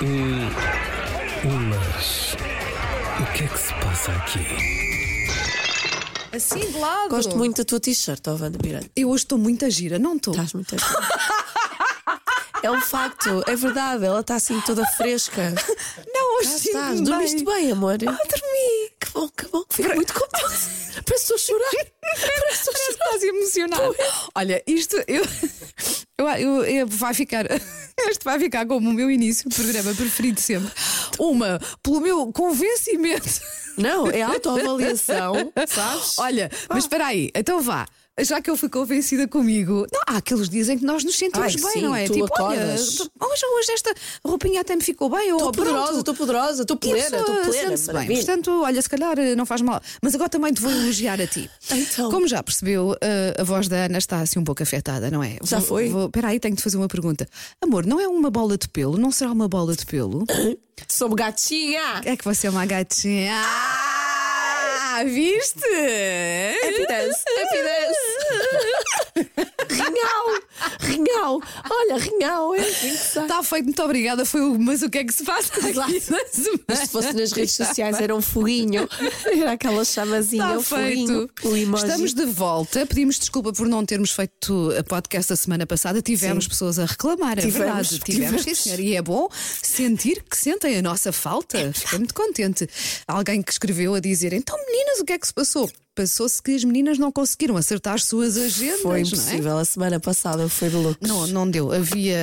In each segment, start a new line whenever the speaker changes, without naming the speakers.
Hum, mas o que é que se passa aqui?
Assim de lado.
Gosto muito da tua t-shirt, ó, Wanda Miranda.
Eu hoje estou muito a gira, não estou?
Estás muito a É um facto, é verdade, ela está assim toda fresca.
Não, hoje
Cá
sinto-me
estás, dormiste bem, amor.
Ah, dormi.
Que bom, que bom, fico muito contente. Parece que estou a chorar. Parece que
Parece
estou a
que
chorar.
estás emocionado. Olha, isto eu, eu, eu- eu- vai ficar. Este vai ficar como o meu início de programa preferido sempre. Uma, pelo meu convencimento.
Não, é autoavaliação, Oh, sabes?
Olha, mas espera aí, então vá. Já que eu fui convencida comigo, não, há aqueles dias em que nós nos sentimos
Ai,
bem,
sim,
não é?
tu
tipo,
acordas.
olha, hoje, hoje esta roupinha até me ficou bem, ou
Estou poderosa,
pronto,
estou poderosa, estou
E a
plena, estou
pessoa
plena.
sente-se bem.
maravilha.
Portanto, olha, se calhar eh, não faz mal. Mas agora também te vou elogiar a ti.
Então.
Como já percebeu, eh, a voz da Ana está assim um pouco afetada, não é?
Já
Vou-
foi?
vou- Espera aí, tenho de fazer uma pergunta. Amor, não é uma bola de pelo? Não será uma bola de pelo?
Sou gatinha.
é que você é uma gatinha. Ah, viste?
Happy dance, happy dance. Rinhal, Rinhal. Olha, Rinhal, é assim que sai.
Está Tá feito, muito obrigada. Foi o mas o que é que se passa aqui
Claro.
na semana?
Mas se fosse nas redes sociais era um foguinho. Era aquela chamazinha,
Está
um foguinho.
Tá feito.
O emoji.
Estamos de volta. Pedimos desculpa por não termos feito a podcast a semana passada. Tivemos pessoas a reclamar, é
Tivemos,
verdade. Tivemos,
tivemos.
sim, senhor. E é bom sentir que sentem a nossa falta. Fiquei muito contente. Alguém que escreveu a dizer: então, meninas, o que é que se passou? Passou-se que as meninas não conseguiram acertar as suas agendas.
Foi
não é?
impossível, a semana passada foi de loucos.
Não, não deu. Havia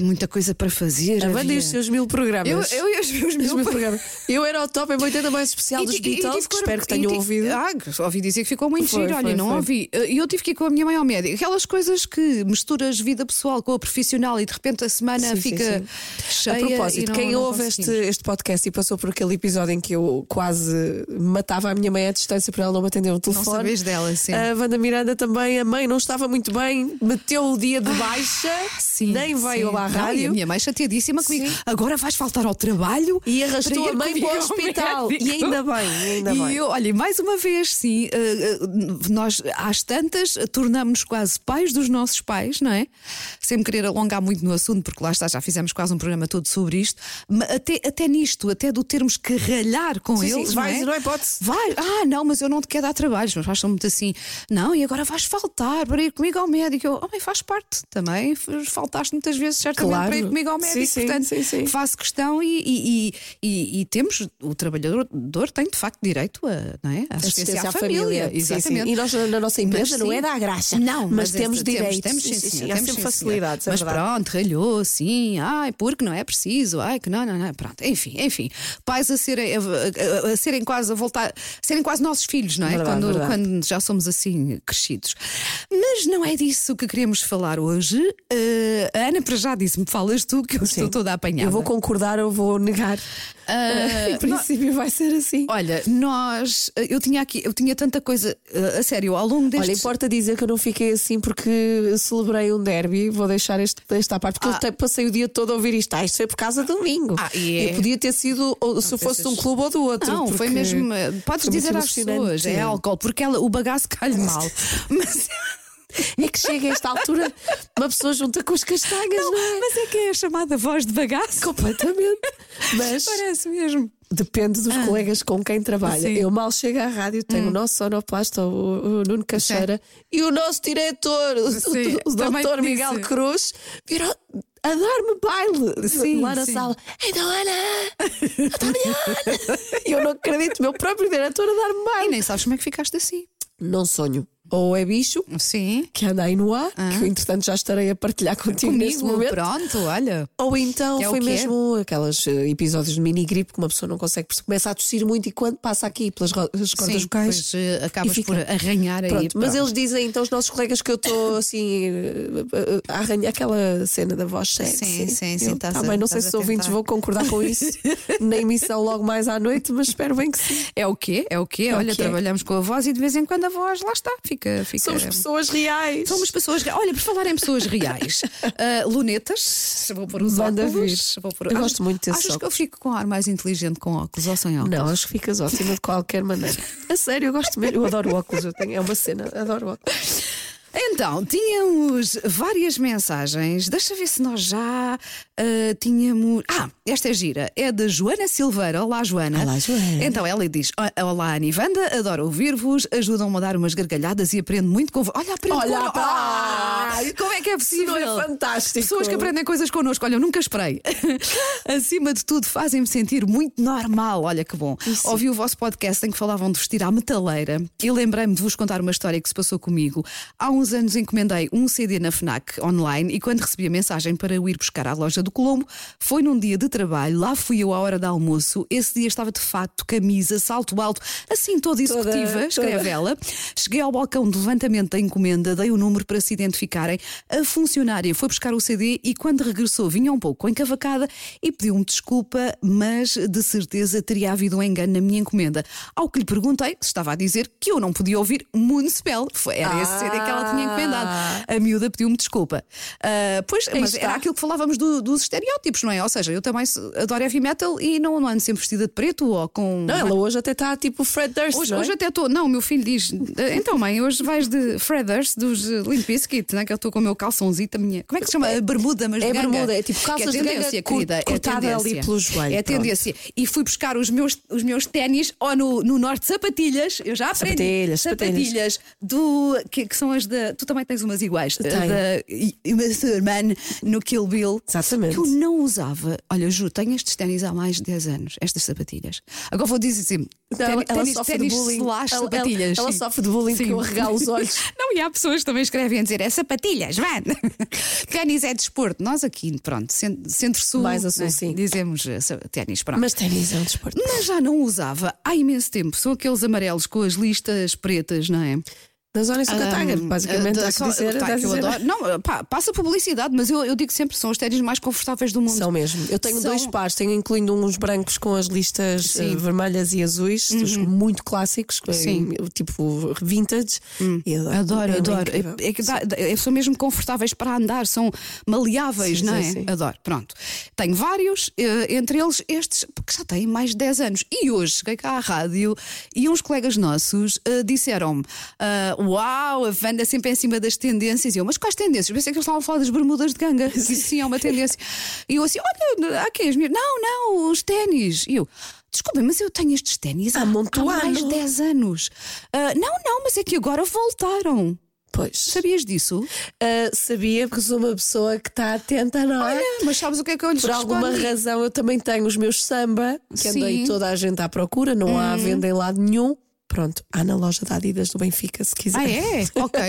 muita coisa para fazer.
A banda e os
havia-
seus mil
eu,
programas.
eu e os meus
Os mil
mil
programas. Eu era o top em 80 mais especial dos
ti- tive
Beatles, que
cor-
espero que
e
tenham
ti-
ouvido.
Ah, que- ouvi dizer que ficou muito
Foi,
giro.
foi,
Olha, não
foi.
ouvi. E eu tive que ir com a minha mãe ao médico. Aquelas coisas que misturas vida pessoal com a profissional e de repente a semana
Sim, sim,
fica
sim.
cheia.
A
e
propósito,
não-
quem
não
ouve este,
conseguimos.
este podcast e passou por aquele episódio em que eu quase matava a minha mãe à distância por ela não me atender o telefone.
saberes dela, sim.
A Wanda Miranda também, a mãe não estava muito bem, meteu o dia de baixa,
Ah, Sim,
nem veio
sim. Não,
à
e
rádio.
a minha mãe chateadíssima comigo.
Sim.
Agora vais faltar ao trabalho.
E arrastou
para ir
a mãe
comigo
para o
ao
hospital.
médico.
E ainda bem, e ainda
E
bem.
eu, olha, e mais uma vez, sim, eh, eh, nós às tantas tornamos-nos quase pais dos nossos pais, não é? Sem me querer alongar muito no assunto, porque lá está, já fizemos quase um programa todo sobre isto, Ma- até, até nisto, até do termos que ralhar com
Sim, sim,
eles. não
vais
é?
e não há hipótese.
Vai, ah, não, mas eu não te quero dar trabalhos, mas faz muito assim, não, e agora vais faltar para ir comigo ao médico. Eu, homem, faz parte também, f- faltaste muitas vezes, certamente,
Claro.
para ir comigo ao
Sim,
médico.
sim,
Portanto,
sim, sim.
faço questão e, e- e- e- e temos, o trabalhador tem de facto direito a, não é? à assistência, à família.
Sim,
Exatamente.
sim. E nós na- na nossa empresa
Mas
não
sim.
é da graxa.
Não,
mas, temos
esse-
direitos.
Temos, sim,
Sim,
senhor,
sim, há
temos,
sempre
sim,
facilidades, é
senhor. Mas
verdade.
pronto, ralhou, sim. Ai, porque não é preciso. Ai, que não, não, não. Pronto, enfim, enfim. Pais a serem, a, a- a serem quase a voltar, a serem quase nossos filhos, não é?
Verdade,
quando,
verdade.
quando já somos assim crescidos. Mas não é disso que queremos falar hoje. Eh, a Ana, para já disse-me, falas tu que eu estou toda apanhada.
Eu vou concordar ou vou negar.
Ah,
em princípio vai ser assim.
Olha, nós, eh, eu tinha aqui, eu tinha tanta coisa, eh, a sério, ao longo
Olha,
destes
importa dizer que eu não fiquei assim porque celebrei um derby. Vou deixar este, esta parte, porque eu te- passei o dia todo a ouvir isto. Ah, isto foi por causa do domingo.
Ah, e é-
Eu podia ter sido, ou, se fosse de um clube ou do outro.
Não, foi
porque
mesmo. eh, Podes
foi muito
dizer às pessoas,
emocionante.
é álcool, porque ela, o bagaço cai-lhe mal. Mas,
É que chega a esta altura, uma pessoa junta com as castanhas, não, é?
mas é que é a chamada voz de bagaço.
Completamente. Mas
Parece mesmo.
depende dos colegas com quem trabalha.
Ah, Sim. Hum.
Eu mal chego à rádio, tenho o nosso sonoplasta, o, o Nuno Caixeira, e o nosso diretor, o,
Sim,
o
também
doutor
te disse.
Miguel Cruz, virou a dar-me baile
Sim,
lá na
sim.
sala. Então, Ana! Então, Ana! E eu não acredito, meu próprio diretor a dar-me
E
baile.
nem sabes como é que ficaste assim.
Não sonho. Ou é bicho,
Sim.
que anda aí no ar, que eu, entretanto já estarei a partilhar contigo nesse
Ah. Comigo,
momento.
pronto, olha.
Ou então
Que é o
foi
que é.
mesmo aqueles episódios de mini gripe que uma pessoa não consegue, porque começa a tossir muito e quando passa aqui pelas ro- as cordas
Sim,
vocais.
depois, eh, acabas
e fica.
por arranhar aí.
Pronto, mas
pronto.
eles dizem então os nossos colegas que eu estou assim eh, a arranhar aquela cena da voz sexy.
Sim, sim, sim,
Eu,
estás
tá
a-
bem, não sei
estás
se
a
os ouvintes
tentar.
vão concordar com isso na emissão logo mais à noite, mas espero bem que sim.
É o quê? É o quê?
o
Olha,
quê?
trabalhamos com a voz e de vez em quando a voz, lá está, fica. fica
Somos pessoas reais.
Somos pessoas reais. Olha, por falar em pessoas reais, ah, lunetas, vou pôr os
Manda
óculos.
vir.
Vou pôr...
Eu gosto muito desse
Achas que eu
óculos.
fico com ar mais inteligente com óculos ou sem óculos?
Não, acho que ficas ótima de qualquer maneira. A sério, eu gosto mesmo. Eu adoro óculos, eu tenho, é uma cena, adoro óculos.
Então, tínhamos várias mensagens. Deixa ver se nós já ah, tínhamos. Ah, esta é gira. É da Joana Silveira. Olá, Joana.
Olá, Joana.
Então ela diz: "O- Olá, Ana e Wanda, adoro ouvir-vos, ajudam-me a dar umas gargalhadas e aprendo muito com. vo- Olha, aprendo
Olha,
com...
pá!
Ah, Como é que é possível?
é fantástico.
Pessoas que aprendem coisas connosco. Olha, eu nunca esperei. Acima de tudo, fazem-me sentir muito normal. Olha que bom. Ouvi o vosso podcast em que falavam de vestir à metaleira e lembrei-me de vos contar uma história que se passou comigo. Há uns anos encomendei um CD na Fnac online e quando recebi a mensagem para eu ir buscar à loja do Colombo, foi num dia de trabalho. Lá fui eu à hora de almoço. Esse dia estava de fato, camisa, salto alto, assim toda
Toda-
executiva, escreve
toda.
ela. Cheguei ao balcão de levantamento da encomenda, dei o número para se identificarem. A funcionária foi buscar o CD e, quando regressou, vinha um pouco encavacada e pediu-me desculpa, mas de certeza teria havido um engano na minha encomenda. Ao que lhe perguntei, se estava a dizer que eu não podia ouvir Moonspell. Foi, era esse CD que ela tinha encomendado. A miúda pediu-me desculpa. Ah, pois, mas
está.
era aquilo que falávamos do- dos estereótipos, não é? Ou seja, eu também adoro heavy metal e não, não ando sempre vestida de preto ou com.
Não, ela hoje até está tipo Fred Durst.
Hoje,
não é?
hoje até estou. Não, o meu filho diz: "Eh, Então, mãe, hoje vais de Fredders dos eh, Limp Bizkit, né? que eu estou com o meu calçãozinho, a minha. Como é que se chama? A bermuda, mas de
É
ganga.
bermuda, é tipo
Que
calças de
é
ganga
tendência,
cur-
querida. é
cortada
tendência.
ali pelo joelho,
É tendência. E fui buscar os meus, os meus ténis ou no, no norte sapatilhas. Eu já aprendi.
Sapatilhas, sapatilhas.
do. Que, que são as da. Tu também tens umas iguais. eh,
Tenho.
Da I- Uma Thurman no Kill Bill.
Exatamente.
Eu não usava, olha, juro, tenho estes ténis há mais de 10 anos, estas sapatilhas. Agora vou dizer assim:
Não, Então, ela,
ténis- ténis-
sofre
ténis
de bullying.
slash
ela,
sapatilhas.
ela- ela
sim.
sofre de bullying
Sim.
que eu regalo os olhos.
Não, e há pessoas que também escrevem a dizer: é sapatilhas, van! ténis é desporto. Nós aqui, pronto, cen- centro-sul,
Mais a sul,
né,
sim.
dizemos eh, sa- ténis, pronto.
Mas ténis é um desporto.
Mas já não usava há imenso tempo. São aqueles amarelos com as listas pretas, não é?
Da Zona Sucataga,
Hum,
basicamente,
eh,
há que
só-
dizer.
tá,
há que
que eu
dizer.
adoro. Não, pá, passa publicidade, mas eu, eu digo sempre: são os ténis mais confortáveis do mundo.
São mesmo. Eu tenho
São-
dois pares, tenho incluindo uns brancos com as listas eh, vermelhas e azuis, dos muito clássicos, eh,
Sim.
tipo vintage. E
Adoro,
é
adoro.
incrível.
É, é que dá- é- são mesmo confortáveis para andar, são maleáveis,
Sim,
não é?
sim, sim.
Adoro. Pronto. Tenho vários, eh, entre eles estes, que já têm mais de 10 anos. E hoje cheguei cá à rádio e uns colegas nossos eh, disseram-me: ah, Uau, a Wanda sempre é em cima das tendências. E eu, mas quais tendências? Pensei que eles estavam a falar das bermudas de ganga, que isso sim é uma tendência. E eu assim: Olha, há quem? as minhas-" Não, não, os ténis. E eu. Desculpem, mas eu tenho estes ténis há,
Há muito
há mais de
ano."
10 anos. Ah, não, não, mas é que agora voltaram.
Pois.
Sabias disso?
Ah, sabia, porque sou uma pessoa que está atenta, não é?
Olha, mas sabes o que é que eu lhes
Por alguma
respondo?
razão eu também tenho os meus samba, que
Sim. Uhum.
andei toda a gente à procura, não há à venda em lado nenhum. Pronto, há na loja da Adidas do Benfica, se quiser.
Ah, é? Ok.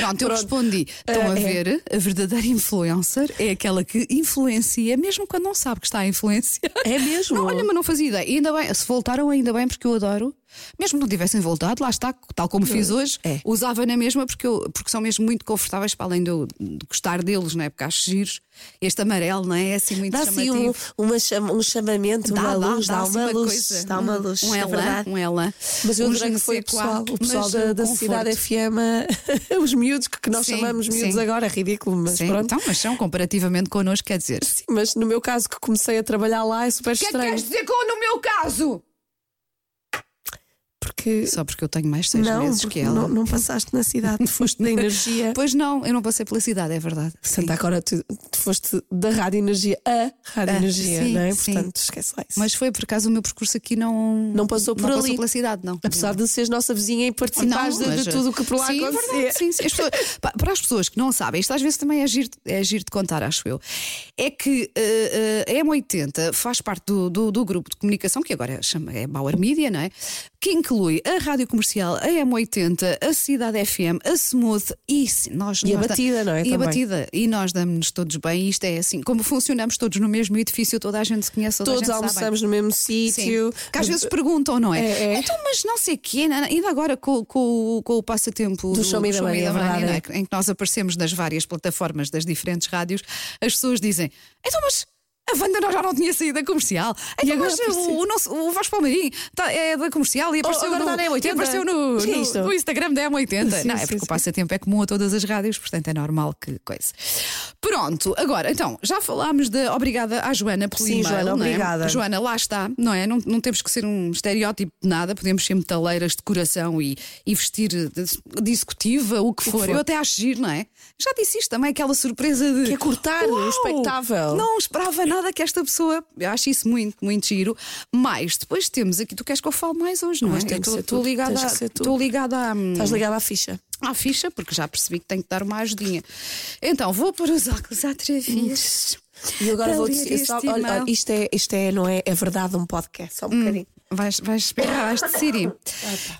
Pronto, eu respondi. Estão a
Ah, é.
ver, a verdadeira influencer é aquela que influencia, mesmo quando não sabe que está a influenciar.
É mesmo?
Não, olha, mas não fazia ideia. E ainda bem, se voltaram, ainda bem, porque eu adoro. Mesmo que não tivessem voltado, lá está, tal como fiz hoje,
É.
usava na mesma, porque, eu- porque são mesmo muito confortáveis, para além de eu de gostar deles, não é? Porque acho giros. Este amarelo, não é? É assim muito
Dá assim
chamativo.
um, uma chama- um chamamento, uma luz, dá,
assim
uma, luz,
coisa.
dá uma luz.
Um
é
elan,
verdade.
um elan.
Mas eu
Um
adorei que foi o
GNC4,
pessoal, o pessoal
mas
da,
um
da
conforto.
cidade FM, os miúdos, que que nós
Sim,
chamamos miúdos
sim.
agora, é ridículo, mas
Sim,
pronto.
então, mas são comparativamente connosco, quer dizer.
Sim, mas no meu caso, que comecei a trabalhar lá, é super estranho.
dizer com no meu caso?
Porque
Só porque eu tenho mais seis
não,
meses que
porque
ela.
não, não passaste na cidade, foste na energia.
Pois não, eu não passei pela cidade, é verdade.
Portanto, agora tu, tu foste da Rádio Energia a Rádio
Ah,
Energia,
sim,
não é?
sim.
Portanto, esquece lá isso.
Mas foi por acaso o meu percurso aqui não.
Não passou por
não
ali.
Passou pela cidade, não.
Apesar de seres nossa vizinha e participares de, de
mas,
tudo o que por lá
sim,
acontecia.
verdade, sim, sim. As pessoas- pa- para as pessoas que não sabem, isto às vezes também é giro, é giro de contar, acho eu. É que eh, eh, a M80 faz parte do, do, do grupo de comunicação, que agora chama, é Bauer Media, não é? Que inclui a rádio comercial, a M80, a Cidade FM, a Smooth e se- nós.
E a
nós da-
Batida, não é?
E a
Também.
batida. E nós damos-nos todos bem. E isto é assim, como funcionamos todos no mesmo edifício, toda a gente se conhece, toda a
Todos
gente sabe.
almoçamos no mesmo sítio.
Sim. Que às vezes perguntam, não é?
É, é.
Então, mas não sei o quê, não, não. ainda agora com, com o- com o passatempo
Do Show Me the Money, é verdade,
não é?
é.
em que nós aparecemos nas várias plataformas das diferentes rádios, as pessoas dizem: então, mas. A Wanda nós já não tinha saído da comercial. E
agora
agora
apareceu. Oh,
o, o nosso, o Vasco Palmeirim tá- é da comercial e apareceu,
agora
no,
está na M80.
e apareceu no,
O que é
no-
isto?
no Instagram da M80.
Sim,
não, é
sim,
porque
sim.
o passatempo é comum a todas as rádios, portanto é normal que coisa. Pronto, agora, então, já falámos de obrigada à Joana pelo
Sim,
e-mail.
Joana,
não é?
obrigada.
Joana, lá está, não é? Não, não temos que ser um estereótipo de nada, podemos ser metaleiras de coração e, e vestir de, de executiva, o que for.
for.
Eu até acho giro, não é? Já disse isto também, aquela surpresa de.
Que é cortar o
Uau!
espectável.
Não esperava nada que esta pessoa. Eu acho isso muito, muito giro. Mas depois temos aqui. Tu queres que eu fale mais hoje, não
Mas
é?
tem
Eu
que
tô-
ser
tô
tu,
ligada
tens
a-
que ser tu.
Estou ligada à,
Estás ligada à ficha.
à ficha, porque já percebi que tenho que dar uma ajudinha. Então, vou pôr os óculos outra vez.
E agora
para
vou
ler
dizer.
este
sabe- olha,
e-mail. Hum. Tá
olha, isto, é, isto é, não é? É verdade, um podcast, só um bocadinho.
Vais, vais esperar, vais decidir.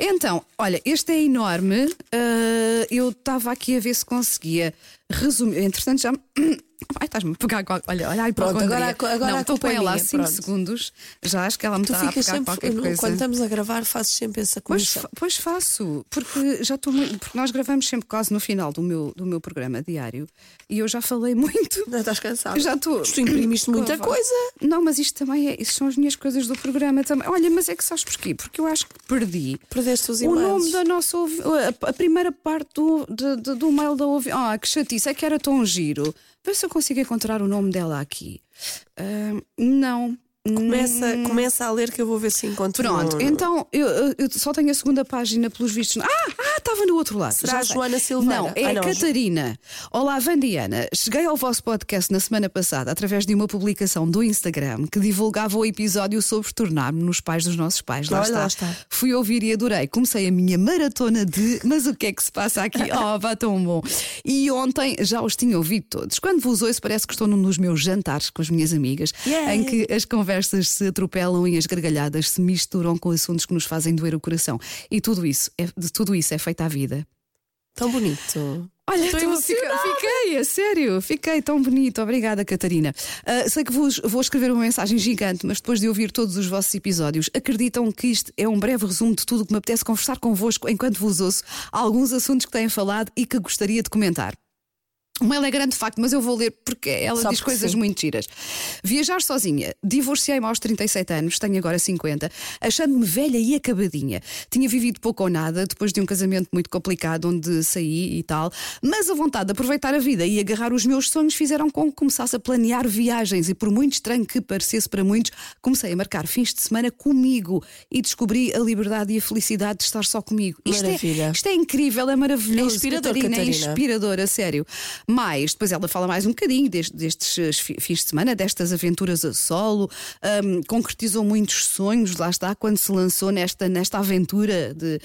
Então, olha, este é enorme. Ah, eu estava aqui a ver se conseguia resumir. Entretanto, já. me- Ai, estás-me a pegar. com a- Olha, olha, ai,
Pronto, agora
hipocondria.
a co- agora
Não,
a
estou
culpa
com
é
ela há
minha,
5
pronto.
segundos. Já acho que ela me
Tu
está a
ficas
pegar
sempre.
qualquer
no-
coisa.
Quando estamos a gravar, fazes sempre essa
Pois,
coisa.
fa- pois faço, porque já estou muito. Porque nós gravamos sempre quase no final do meu, do meu programa diário e eu já falei muito.
Não estás cansada?
Eu já estou.
Tu imprimiste muita
Com a voz.
coisa.
Não, mas isto também é. Isto são as minhas coisas do programa também. Olha, mas é que sabes porquê? Porque eu acho que perdi.
Perdeste os
O
e-mails.
nome da nossa ouvi- a, a primeira parte do, de- de- do mail da ouvi. Ah, que chatice, é que era tão giro. Vê se eu consigo encontrar o nome dela aqui. Ah, não.
Começa, começa a ler que eu vou ver se encontro.
Hum. Pronto,
um-
então eu, eu- eu só tenho a segunda página pelos vistos. Ah, ah, estava no outro lado.
Será
Já
a
sei.
Joana Silveira?
Não, é
Ah,
a
não.
Catarina. Olá, Vandiana. Cheguei ao vosso podcast na semana passada através de uma publicação do Instagram que divulgava o episódio sobre tornar-nos pais dos nossos pais. Lá,
Olha,
está.
lá está.
Fui ouvir e adorei. Comecei a minha maratona de Mas o que é que se passa aqui? Oh, vá tão bom. E ontem já os tinha ouvido todos. Quando vos ouço, parece que estou num dos meus jantares com as minhas amigas,
Yeah.
em que as conversas se atropelam e as gargalhadas se misturam com assuntos que nos fazem doer o coração. E tudo isso, é, de tudo isso é feita a vida.
Tão bonito.
Olha,
Estou
tu- fica- fiquei, a sério, fiquei tão bonito. Obrigada, Catarina. Ah, sei que vos vou escrever uma mensagem gigante, mas depois de ouvir todos os vossos episódios, acreditam que isto é um breve resumo de tudo o que me apetece conversar convosco enquanto vos ouço alguns assuntos que têm falado e que gostaria de comentar. O mail é grande de facto, mas eu vou ler porque ela
Só
diz
porque
coisas
sim.
muito giras. Viajar sozinha. Divorciei-me aos 37 anos, tenho agora 50, achando-me velha e acabadinha. Tinha vivido pouco ou nada depois de um casamento muito complicado, onde saí e tal, mas a vontade de aproveitar a vida e agarrar os meus sonhos fizeram com que começasse a planear viagens e, por muito estranho que parecesse para muitos, comecei a marcar fins de semana comigo e descobri a liberdade e a felicidade de estar só comigo. Isto é,
Maravilha.
isto é incrível, é maravilhoso.
É inspirador,
é
Catarina.
inspirador, a sério. Mas depois ela fala mais um bocadinho des- destes eh, fi- fins de semana, destas aventuras a solo, ahm, concretizou muitos sonhos, lá está, quando se lançou nesta, nesta aventura de.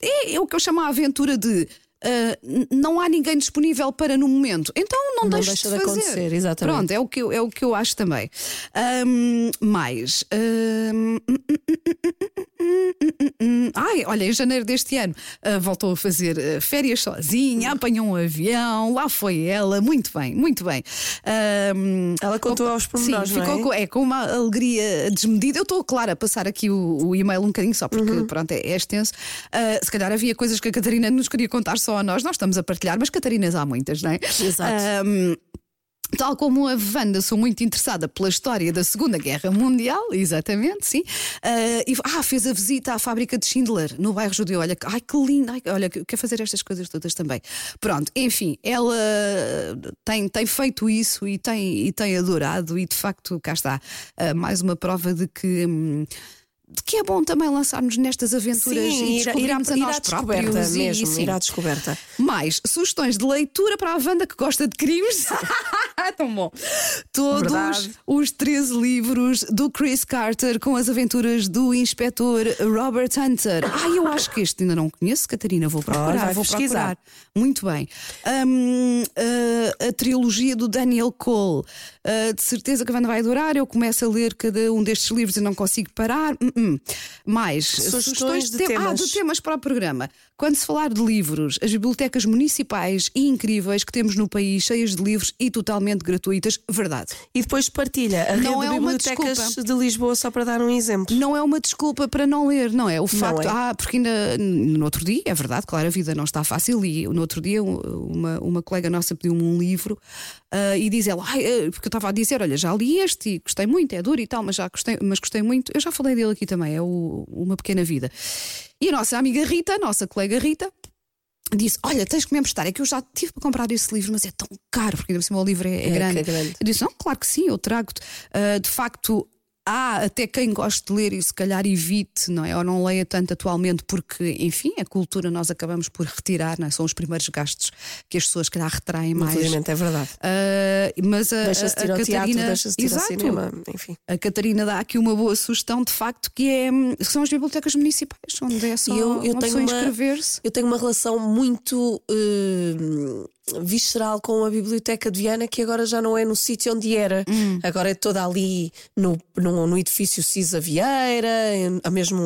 É, é o que eu chamo a aventura de. ah, n- não há ninguém disponível para no momento, então não,
Não
deixes
deixa
de
de
fazer.
acontecer, exatamente.
Pronto, é o que eu, é o que eu acho também. Ahm, mais. ahm, Ai, olha, em janeiro deste ano ah, voltou a fazer ah, férias sozinha, apanhou um avião, lá foi ela, muito bem, muito bem. Ahm,
Ela contou aos pormenores,
Sim,
não é?
ficou com, é, com uma alegria desmedida. Eu estou, claro, a passar aqui o, o e-mail um bocadinho só, porque
Uhum.
pronto, é, é extenso. Ah, se calhar havia coisas que a Catarina nos queria contar só a nós, nós estamos a partilhar, mas Catarinas há muitas, não é?
Exato.
Ahm, Tal como a Wanda, sou muito interessada pela história da Segunda Guerra Mundial, exatamente, sim. Ah, e, ah, fez a visita à fábrica de Schindler, no bairro judeu. Olha, que- ai, que lindo, ai, que- olha, que- quer fazer estas coisas todas também. Pronto, enfim, ela tem, tem feito isso e tem, e tem adorado, e de facto, cá está, ah, mais uma prova de que. hum, de que é bom também lançarmos nestas aventuras
Sim,
e
ir, a- ir, a-
descobrirmos a
ir
nós
à descoberta
próprios. e-
mesmo.
sim.
Ir à descoberta.
Mais sugestões de leitura para a Wanda que gosta de crimes. Tão bom. Todos
Verdade.
os 13 livros do Chris Carter com as aventuras do inspetor Robert Hunter. Ai, eu acho que este ainda não conheço, Catarina. Vou procurar,
Ah, vai
vou
pesquisar.
procurar. Muito bem. Hum, a, a trilogia do Daniel Cole. Ah, de certeza que a Wanda vai adorar. Eu começo a ler cada um destes livros e não consigo parar. Hum, hum. Mais
Sugestões de
tema- Ah,
temas.
de temas para o programa. Quando se falar de livros, as bibliotecas municipais e incríveis que temos no país, cheias de livros e totalmente gratuitas, verdade.
E depois partilha a
Não
rede
é
de
uma
bibliotecas
desculpa.
de Lisboa, só para dar um exemplo.
Não é uma desculpa para não ler, não é? O facto,
é.
ah, porque ainda no outro dia, é verdade, claro, a vida não está fácil e no outro dia um- uma, uma colega nossa pediu-me um livro ah, e diz ela, "Ai, ah", porque eu estava a dizer, olha, já li este e gostei muito, é duro e tal, mas já gostei, mas gostei muito. Eu já falei dele aqui também, é o Uma Pequena Vida. E a nossa amiga Rita, a nossa colega Rita, disse: Olha, tens que me emprestar. É que eu já tive para comprar esse livro, mas é tão caro, porque ainda por cima o livro é, é
que
grande.
é grande.
Eu disse: Não, claro que sim, eu trago-te. Ah, de facto. Há até quem goste de ler e se calhar evite, não é? Ou não leia tanto atualmente, porque, enfim, a cultura nós acabamos por retirar, não é? São os primeiros gastos que as pessoas, se calhar, retraem mais.
Infelizmente é verdade.
Ah, mas a,
Deixa-se
a-
tirar
a
ao
Catarina.
teatro, deixa-se tirar ao
Exato.
cinema, enfim.
A Catarina dá aqui uma boa sugestão, de facto, que é, são as bibliotecas municipais, onde é só
E eu- eu
uma
tenho
pessoa
uma-
inscrever-se.
Eu tenho uma relação muito hum, visceral com a biblioteca de Viana, que agora já não é no sítio onde era.
Hum.
Agora é toda ali no, no, no edifício Cisa Vieira, em- a mesmo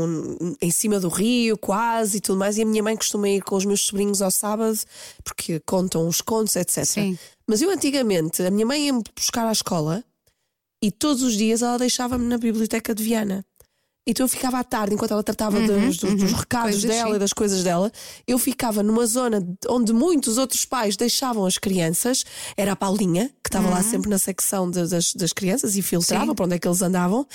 em cima do rio, quase e tudo mais. E a minha mãe costuma ir com os meus sobrinhos ao sábado, porque contam os contos, etc.
Sim.
Mas eu antigamente, a minha mãe ia-me buscar à escola e todos os dias ela deixava-me na biblioteca de Viana. Então eu ficava à tarde, enquanto ela tratava dos, dos- dos recados
Uhum, Coisas, assim.
dela
sim.
e das coisas dela, eu ficava numa zona de- onde muitos outros pais deixavam as crianças. Era a Paulinha, que estava lá sempre na secção de- das, das crianças e filtrava
Uhum. Sim.
para onde é que eles andavam.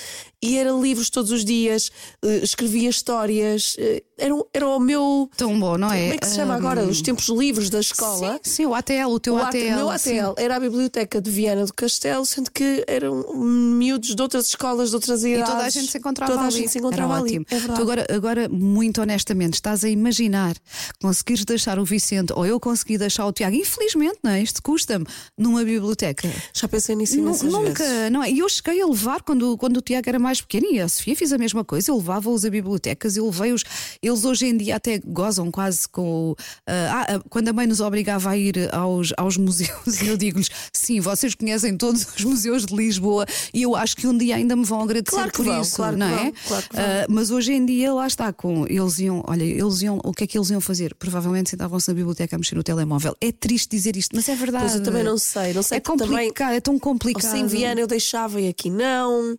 E era livros todos os dias, eh, escrevia histórias. eh, Era, o- era o meu.
Tão bom, não é?
Como é que se chama
Ah,
agora? Os tempos livres da escola.
Sim, sim, o ATL, o teu
O AT-
ATL.
meu
sim.
ATL era a biblioteca de Viana do Castelo, sendo que eram miúdos de outras escolas, de outras
E
idades.
toda a gente se encontrava
Toda a
ali.
gente se encontrava
Era
ali.
ótimo.
É verdade.
tu agora, agora, muito honestamente, estás a imaginar conseguires deixar o Vicente ou eu consegui deixar o Tiago, infelizmente, não é? Isto custa-me, numa biblioteca.
Já pensei nisso
Nu-
imensas
Nunca,
vezes.
não é? E eu cheguei a levar quando, quando o Tiago era mais pequeno e a Sofia fiz a mesma coisa. Eu levava-os a bibliotecas, eu levei-os. Eles hoje em dia até gozam quase com. o, ah, ah, quando a mãe nos obrigava a ir aos, aos museus, e eu digo-lhes: sim, vocês conhecem todos os museus de Lisboa e eu acho que um dia ainda me vão agradecer
Claro que
por
vão,
isso,
claro que
não
vão,
é?
claro que vão.
Ah, mas hoje em dia, lá está, com eles iam, olha, eles iam, o que é que eles iam fazer? Provavelmente sentavam-se na biblioteca a mexer no telemóvel. É triste dizer isto, mas é verdade.
Pois eu também não sei, não sei
É
porque também-
complicado, é tão complicado.
Sem Viana eu deixava e aqui não.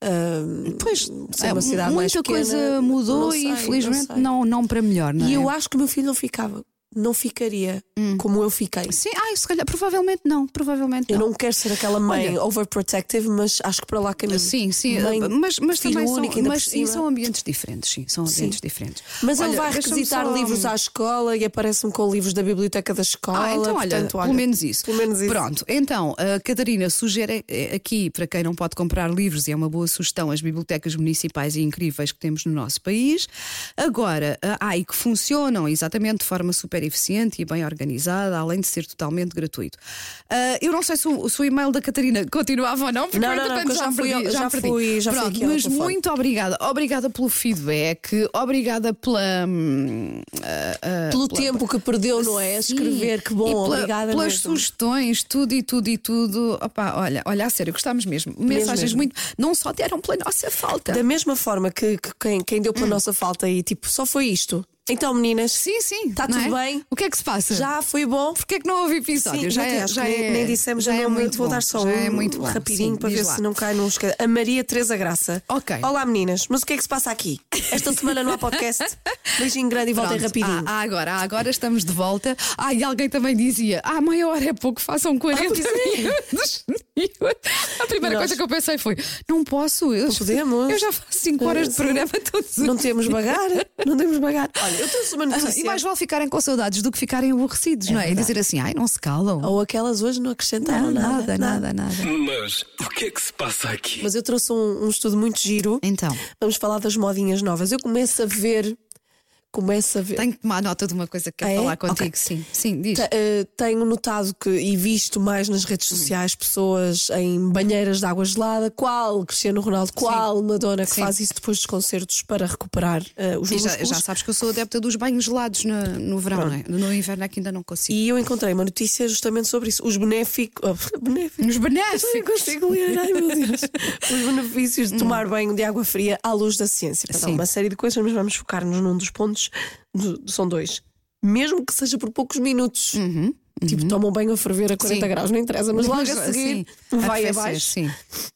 Ah,
Pois,
ser
é,
uma cidade mais
muita
pequena,
coisa
não
mudou
sei,
e
não
infelizmente
sei.
não, não, para melhor, não
e
é? Hum.
eu acho que o meu filho não ficava. Não ficaria como eu fiquei.
Sim, ai, se calhar, provavelmente não, provavelmente
Eu
não.
não quero ser aquela mãe overprotective, mas acho que para lá caminho.
Sim, sim, eh,
Mãe,
mas, mas
filho
também são,
único, ainda por
mas sim,
cima.
são ambientes diferentes, sim, são ambientes diferentes.
Mas ele
Olha,
vai
deixa-me
requisitar
só-
livros à escola e aparece-me com livros da biblioteca da escola.
Ah, então olha,
portanto,
pelo menos isso.
pelo menos isso.
Pronto, então, a Catarina sugere eh, aqui, para quem não pode comprar livros, e é uma boa sugestão, as bibliotecas municipais e incríveis que temos no nosso país. Agora, eh, ah, e que funcionam exatamente de forma super eficiente e bem organizada, além de ser totalmente gratuito. Ah, eu não sei se o, se o e-mail da Catarina continuava ou não, porque
Não,
eu
não, não,
entretanto,
porque eu já fui ao-
perdi,
já
perdi.
fui- já fui
Pronto,
aqui ao
mas
telefone.
muito obrigada. Obrigada pelo feedback, obrigada pela. hum, ah, ah,
É Pelo tempo que perdeu, não é? A
Sim.
escrever, que bom,
E pela-
obrigada.
Pelas
mesmo.
sugestões, tudo e tudo e tudo. Opa, olha, olha, a sério, gostámos mesmo. Mensagens
mesmo.
muito. Não só deram pela nossa falta.
Da mesma forma que, que quem, quem deu pela nossa falta e tipo, só foi isto. Então, meninas,
Hum. Sim, sim.
Tá
não
tudo
é?
bem?
O que é que se passa?
já foi bom.
Porquê é que não houve episódio?
Sim,
já
até
é,
acho
já
que nem,
é,
nem dissemos,
já
já
é
não,
muito
vou
bom,
dar só
já
um
é muito bom.
rapidinho
Sim,
para
diz
ver
lá.
se não cai num esca- A Maria Teresa Graça.
Ok.
Olá, meninas, mas o que é que se passa aqui? Esta semana não há podcast. Beijinho grande e voltem
Pronto.
rapidinho.
Ah, ah, agora, ah, agora estamos de volta. Ah, e alguém também dizia: ah, meia hora é pouco, façam 40
Ah, pois
minutos. A primeira
Nós-
coisa que eu pensei foi: não posso, eu,
podemos.
eu já faço 5 horas de
Sim.
programa todos os
Não temos bagar, não temos bagar. Olha, eu trouxe uma notícia.
ah. Uhum. E mais vale ficarem com saudades do que ficarem aborrecidos, não é? E dizer assim, ai, não se calam.
Ou aquelas hoje não acrescentaram
Não,
nada,
nada, nada, nada.
Mas o que é que se passa aqui?
Mas eu trouxe um, um estudo muito giro.
Então,
Vamos falar das modinhas novas. Eu começo a ver. Começo a ver.
tenho que tomar nota de uma coisa que quero
Ah, é?
falar contigo,
Ok.
sim. Sim, diz.
Te- eh, tenho notado que e visto mais nas redes sociais pessoas em banheiras de água gelada, qual Cristiano Ronaldo, qual Madonna que
Sim.
faz isso depois dos concertos para recuperar eh, os
E já,
músculos.
já sabes que eu sou adepta dos banhos gelados no, no verão, não é? No inverno é que ainda não consigo.
E eu encontrei uma notícia justamente sobre isso. Os benéficos. benéficos.
Nos
Eu não
benéficos.
consigo ler, ai meu Deus. Os benefícios de tomar banho de água fria à luz da ciência. Para
Sim.
uma série de coisas, mas vamos focar-nos num dos pontos do- são dois. Mesmo que seja por poucos minutos. Tipo, tomam banho a ferver a 40
Uhum, Sim.
graus, não interessa, mas logo
Mas,
a seguir
sim,
vai
arrefecer,
abaixo.
Sim,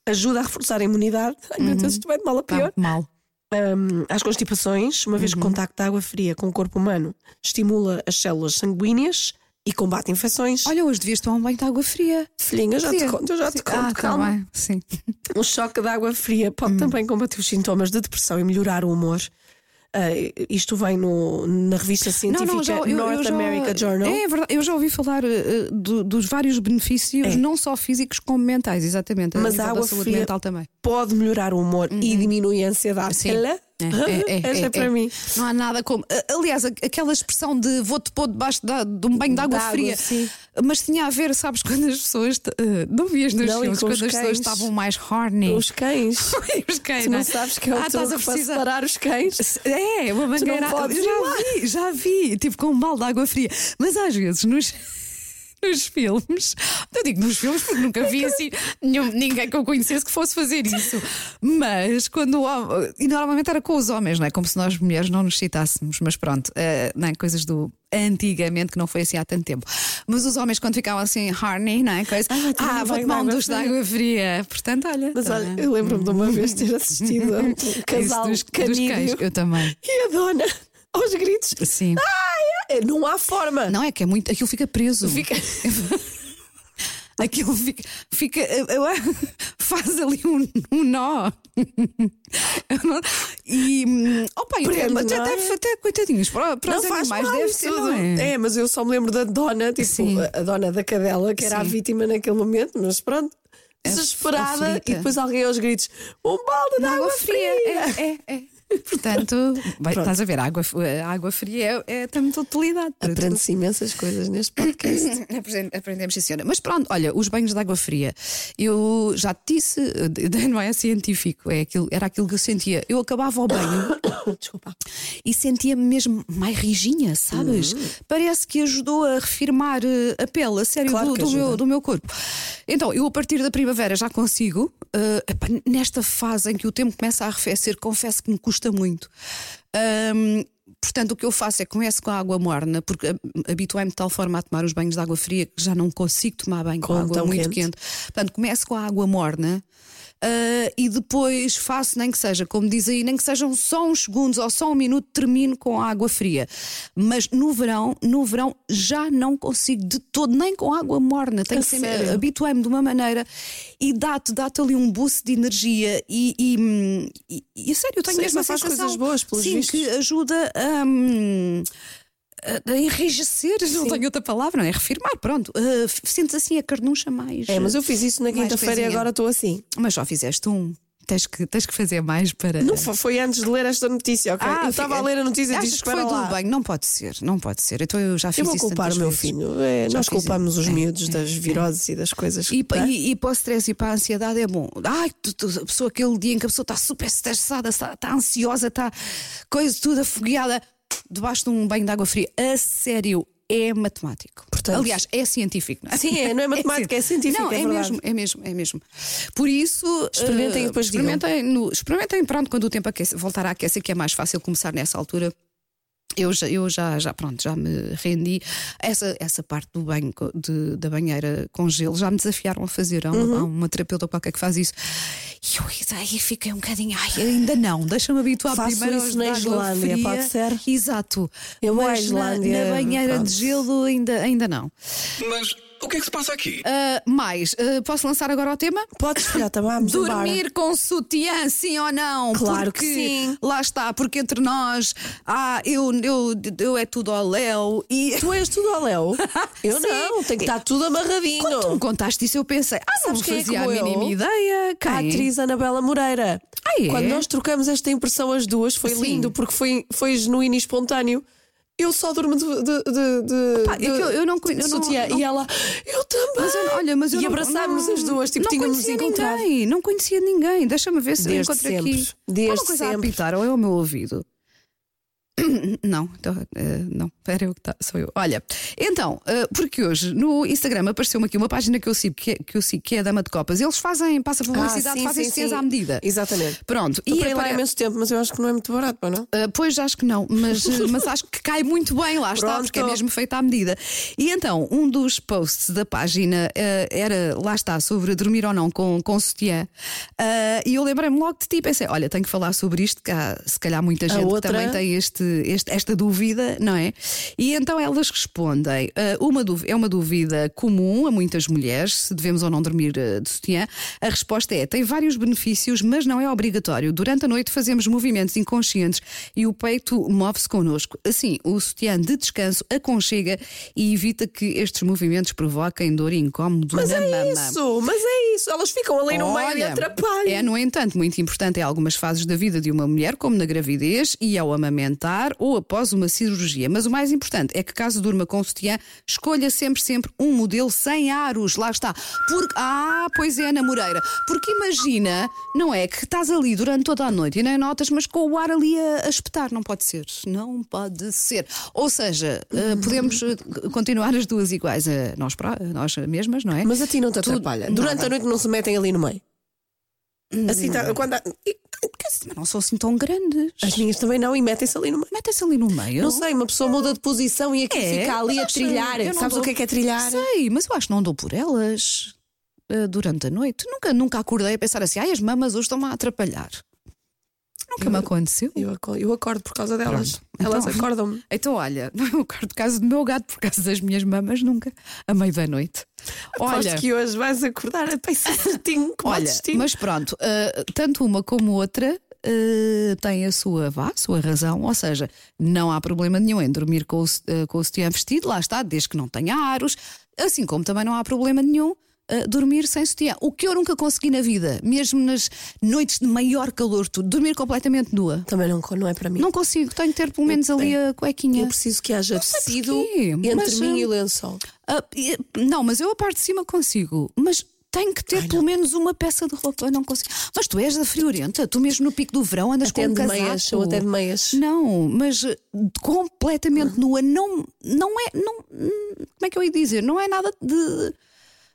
Ajuda a reforçar a imunidade. Ai meu Deus, isto vai de mal a
Tá Uhum.
pior.
mal.
Hum, às constipações, uma vez que o contacto de água fria com o corpo humano estimula as células sanguíneas e combate infecções.
Olha, hoje devias tomar um banho de água fria.
Filhinha, eu já te
Fria.
conto, eu já te
Sim.
conto,
Ah, tá
calma.
bem, Sim.
Um choque de água fria
Hum.
pode também combater os sintomas de depressão e melhorar o humor. Ah, isto vem no- na revista científica North America Journal.
É, verdade, eu já ouvi falar eh, eh, do- dos vários benefícios, não só físicos como mentais, exatamente. a
É. Mas
nível
a
da
água
saúde
fria-
mental também.
Pode melhorar o humor e diminuir a ansiedade.
Uhum. Sim.
Ela?
É, é, é,
Esta é, para mim.
Não há nada como. a- Aliás, a- aquela expressão de vou-te pôr debaixo da- de um banho de água
De água,
fria.
sim.
Mas tinha a ver, sabes, quando as pessoas. eh, não vias nos
Não, e
filmes,
com
quando
os
as pessoas
cães.
estavam mais horny.
Os cães.
Os cães, é?
Tu não sabes que é o
ah, estás
truque
a
para
precisar.
separar os cães.
É, uma
Tu não
mangueira.
podes
Eu já vi, já vi, tipo com um balde de água fria. Mas às vezes nos. Nos filmes, eu digo nos filmes porque nunca vi assim nenhum- ninguém que eu conhecesse que fosse fazer isso. Mas quando. há- E normalmente era com os homens, não é? Como se nós mulheres não nos citássemos, mas pronto, eh, não é? coisas do antigamente que não foi assim há tanto tempo. Mas os homens quando ficavam assim, horny, não é? Coisa,
tomar
ah, vou
um banho de
tomar um
água
duche de
fria."
água fria. Portanto, olha.
Mas
tá
olha,
bem.
eu lembro-me de uma vez ter assistido a um casal
É Isso dos, dos cães,
canídeo
eu também.
e a dona aos gritos.
Sim.
"Ai, Não há forma.
Não é que é muito. Aquilo fica preso.
Fica-
Aquilo fica. fica eu- eu- faz ali um, um nó. E. hum, Opa, eu
Prende,
até,
não é?
deve- até coitadinhos. Para, para os animais
mal,
deve
isso
ser.
tudo.
não é?
É, mas eu só me lembro da dona, tipo,
Sim.
a- a dona da cadela, que era a
Sim. É
vítima naquele momento, mas pronto, desesperada,
aflita.
e depois alguém aos gritos: um balde de
Na
água, fria.
É, é, é. Portanto, vai- estás a ver, a água, a água fria é, é, tem muita utilidade. para tudo.
Aprende-se imensas coisas neste podcast.
Aprende- Aprendemos, sim, senhora. Mas pronto, olha, os banhos de água fria. Eu já te disse, eh, não é científico, é aquilo, era aquilo que eu sentia. Eu acabava o banho
Desculpa.
e sentia-me mesmo mais rijinha, sabes?
Hum.
Parece que ajudou a reafirmar eh, a pele, a sério,
Claro
do,
que
do meu,
ajuda.
do meu corpo. Então, eu a partir da primavera já consigo. eh, epá, nesta fase em que o tempo começa a arrefecer, confesso que me custa muito. Ahm, Portanto, o que eu faço é começo com a água morna, porque hab- habituei-me de tal forma a tomar os banhos de água fria que já não consigo tomar banho com,
Com
água
tão
muito
quente.
quente quente. Portanto, começo com a água morna ah, e depois faço, nem que seja, como diz aí, nem que sejam só uns segundos ou só um minuto, termino com a água fria. Mas no verão, no verão já não consigo de todo, nem com água morna. Tenho
A
que ser,
sério?
habituei-me de uma maneira e dá-te, dá-te ali um boost de energia e, e, hum, e, e a sério, eu tenho
Sim,
mesmo a
mas faz
sensação
coisas boas, pelos
sim,
vistos.
que ajuda a. hum, a a enrijecer, não tenho outra palavra, não é? Reafirmar, pronto. Ah, f- sentes assim a carnucha mais.
É, mas eu fiz isso na
Mais
quinta-feira e
coisinha.
agora estou assim.
Mas só fizeste um. Tens que, tens que fazer mais para.
Não fo- foi antes de ler esta notícia, ok? eu estava a
fica-
ler a notícia e
Ah, Achas
disse
que foi
para lá.
do bem? Não pode ser, não pode ser. Então eu já fiz
Eu vou
isso
culpar
tantas
o meu
vezes.
filho. É,
Já
nós
fiz-
culpamos os
é,
miúdos
é,
das
é.
viroses e das coisas
E,
que. não é?
e, e para o stress e para a ansiedade é bom. Ai, tu- tu- a pessoa, aquele dia em que a pessoa está super estressada, está, está ansiosa, está coisa toda afogueada, debaixo de um banho de água fria. A sério, é matemático.
Portanto-
Aliás, é científico, não é?
Sim, é, não é matemática, é científico,
Não,
é
é,
verdade.
mesmo, é mesmo, é mesmo. Por isso.
Experimentem e
eh,
depois digam.
experimentem, no, experimentem, pronto, quando o tempo aquece, voltar a aquecer, que é mais fácil começar nessa altura. Eu já, eu já, já, pronto, já me rendi. Essa, essa parte do banho, co- de- da banheira com gelo, já me desafiaram a fazer. Há, um-
Uhum.
há uma terapeuta qualquer que faz isso. E eu aí fiquei um bocadinho, ai, ainda não, deixa-me habituar
Faço
primeiro
isso
aos
na
de água
Islândia,
fria.
pode ser?
Exato.
Eu vou à
Mas na-
Islândia,
Na, banheira
pronto.
de gelo ainda, ainda não.
Mas o que é que se passa aqui?
Ah, mais, ah, posso lançar agora o tema?
Podes filhar, tá, vamos embora.
Dormir com sutiã, sim ou não?
Claro
Porque
que sim.
Lá está, porque entre nós, ah, eu, eu, eu é tudo ao Léo e.
Tu és tudo ao Léo? Eu
Sim.
não, tem que estar tudo amarradinho.
Quando tu me contaste isso, eu pensei, ah, não
Sabes quem é
fazia a
como eu?
mínima ideia. Quem?
A atriz Anabela Moreira.
Ah, é?
Quando nós trocamos esta impressão as duas, foi
Sim.
lindo, porque foi, foi genuíno e espontâneo. Eu só durmo de, de, de, de-
Pá, é que eu- eu não conhe-
de
eu não-
sutiã.
não-
E ela, eu também.
Mas eu- olha, mas eu
e
não-
abraçámos-nos
não-
as duas, tipo,
não
tínhamos
conhecia
encontrado.
Ninguém, não conhecia ninguém. Deixa-me ver se eu
Desde
encontro
sempre.
aqui.
Desde
Alguma coisa a
sempre.
apitar ou é o meu ouvido? Não, então, eh, não, era eu que tá, sou eu. Olha, então, eh, porque hoje no Instagram apareceu-me aqui uma página que eu sigo, que é, que eu sigo, que é a Dama de Copas. Eles fazem, passa publicidade,
Ah, sim,
fazem
sim,
cenas
sim.
à medida.
Exatamente.
Pronto,
E para ir
apare-
lá há imenso tempo, mas eu acho que não é muito barato, pois não?
Ah, pois acho que não, mas, eh, mas acho que cai muito bem, lá está,
Pronto.
porque é mesmo feito à medida. E então, um dos posts da página eh, era, lá está, sobre dormir ou não com, com sutiã. Ah, e eu lembrei-me logo de ti, pensei, olha, tenho que falar sobre isto, que há se calhar muita gente que
outra-
também tem este, este- esta dúvida, não é? E então elas respondem: ah, uma dú- é uma dúvida comum a muitas mulheres, se devemos ou não dormir ah, de sutiã. A resposta é: tem vários benefícios, mas não é obrigatório. Durante a noite fazemos movimentos inconscientes e o peito move-se connosco. Assim, o sutiã de descanso aconchega e evita que estes movimentos provoquem dor e incómodo
Mas
na
é
mama.
isso, mas é isso. Elas ficam ali no meio e
Olha,
atrapalham.
É, no entanto, muito importante em algumas fases da vida de uma mulher, como na gravidez e ao amamentar ou após uma cirurgia. Mas o mais importante é que, caso durma com sutiã, escolha sempre, sempre um modelo sem aros. Lá está. Porque, ah, pois é, Ana Moreira. Porque imagina, não é? Que estás ali durante toda a noite e nem notas, mas com o ar ali a, a espetar. Não pode ser. Não pode ser. Ou seja, eh,
Uhum.
podemos eh, continuar as duas iguais a nós, pró- a nós mesmas, não é?
Mas a ti não te
Tudo-
atrapalha.
nada.
Durante a noite não se metem ali no meio. Assim, tá- quando há- tá,
Mas não são assim tão grandes.
As minhas também não e metem-se ali no meio.
Metem-se ali no meio.
Não sei, uma pessoa muda de posição e aqui
É,
fica ali
mas
a
acho-
trilhar.
eu não
Sabes
dou-
o que é que é trilhar?
Sei, mas eu acho que não dou por elas ah, durante a noite. Nunca, nunca acordei a pensar assim, ai, as mamas hoje estão-me a atrapalhar. Nunca me aconteceu.
Eu, aco- eu acordo por causa delas.
Então-
Elas acordam-me.
Então, olha, não eu acordo por causa do meu gato, por causa das minhas mamas, nunca, a meio da noite. Olha,
Olha. que hoje vais acordar a pensar certinho como
olha mas pronto, ah, tanto uma como outra. ah, tem a sua vá, a sua razão, ou seja, não há problema nenhum em dormir com o, su- ah, com o sutiã vestido, lá está, desde que não tenha aros, assim como também não há problema nenhum ah, dormir sem sutiã. O que eu nunca consegui na vida, mesmo nas noites de maior calor, tudo, dormir completamente nua.
Também não, não é para mim.
Não consigo, tenho que ter pelo menos ali a cuequinha.
Eu preciso que haja tecido
porquê,
entre
mas,
mim e
hum,
o lençol.
Ah, e- não, mas eu a parte de cima consigo. Mas tenho que ter pelo menos uma peça de roupa. Eu não consigo. Mas tu és da friorenta. Tu mesmo no pico do verão andas
Até
com um
de
casaco.
meias, ou até de Ah. meias.
Não, mas eh, completamente nua. Não, não é. Não, hum, como é que eu ia dizer? Não é nada de.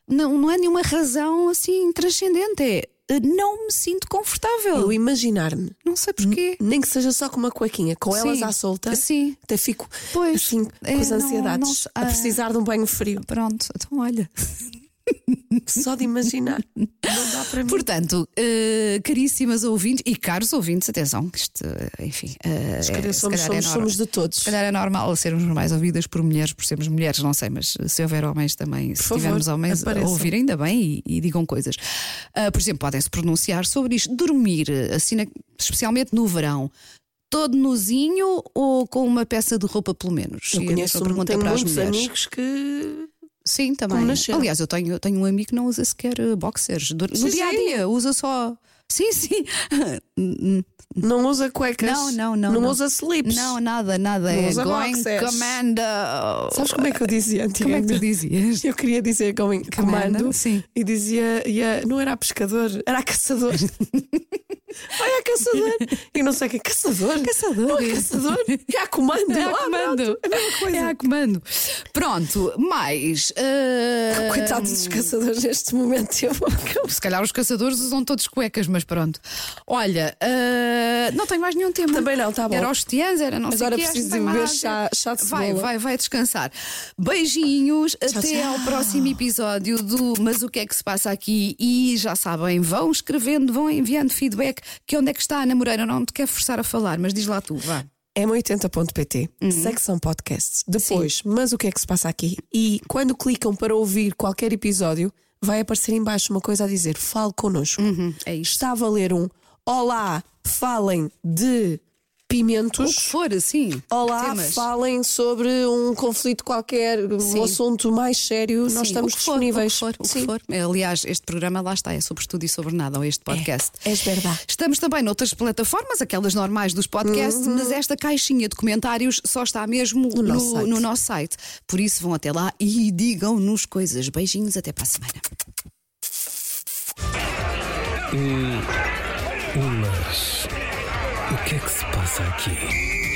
Não, não é nenhuma razão assim transcendente. É. eh, Não me sinto confortável.
Eu imaginar-me,
Não sei porquê.
nem que seja só com uma cuequinha, com elas
Sim.
à solta,
Sim.
até fico
Pois,
assim
é,
com as
não-
ansiedades,
não se-
a
ah.
precisar de um banho frio.
Pronto, então olha.
Só de imaginar. não dá para mim.
Portanto, eh, caríssimas ouvintes e caros ouvintes, atenção, que isto, eh, enfim, eh,
Se calhar
é- se
somos,
calhar é
somos,
normal.
somos de todos.
Se calhar é normal sermos mais ouvidas por mulheres, por sermos mulheres, não sei, mas se houver homens também, se
favor,
tivermos homens
apareçam.
a ouvir, ainda bem e, e digam coisas. Ah, por exemplo, podem se pronunciar sobre isto. Dormir, assim, na- especialmente no verão, todo nozinho ou com uma peça de roupa, pelo menos? E a
Eu
mesma
conheço um,
pergunta é
tenho
para as
muitos
mulheres.
amigos que.
Sim, também.
Como nasceu.
Aliás, eu tenho, eu tenho um amigo que não usa sequer eh, boxers. Dur-
Sim,
no dia a dia, usa só. Sim, sim.
Não usa cuecas.
Não, não, não,
Não,
não.
usa slips.
Não, nada, nada.
Não
é
usa
going
boxers.
commando.
Sabes como é que eu
Como
dizia
é que tu
antigamente?
dizias?
Eu queria dizer going, comando
sim.
e dizia, ia- não era a pescador, era a caçador. Olha, a caçador. E não sei o que, caçador?
Caçador.
Não é caçador? É a comando.
É a
Ah,
comando.
pronto, É a mesma coisa.
É a comando. Pronto, mais. eh,
Coitados dos caçadores neste momento. Eu vou acabar.
Se calhar os caçadores usam todos cuecas, mas pronto. Olha, eh, não tenho mais nenhum tema.
Também não, tá bom.
Era os tiãs, era não sei
Agora
o quê, acho
preciso
que
de
não tem
beber
mais
chá,
nada a
chá de
dizer. Vai,
cebola.
vai, vai descansar. Beijinhos, até
tchau.
ao próximo episódio do Mas o que é que se passa aqui? E já sabem, vão escrevendo, vão enviando feedback. Que onde é que está a Ana Moreira? Não te quero forçar a falar, mas diz lá tu, vá.
M80.pt,
Uhum.
secção podcasts. um Depois, mas o que é que se passa aqui? E quando clicam para ouvir qualquer episódio, vai aparecer em baixo uma coisa a dizer: fale connosco.
é isto.
Estava a ler um Olá, falem de
O que
pimentos.
for, assim.
Olá,
temas.
falem sobre um conflito qualquer,
Sim.
um assunto mais sério. Nós
Sim,
estamos
o que for,
disponíveis.
O que for, o que
Sim. É.
for. Aliás, este programa lá está, é sobre tudo e sobre nada, ou este podcast.
És verdade.
Estamos também noutras plataformas, aquelas normais dos podcasts, mas esta caixinha de comentários só está mesmo no,
Uhum. nosso site.
no nosso site. Por isso vão até lá e digam-nos coisas. Beijinhos, até para a semana.
Ulas. O que é que se passa aqui?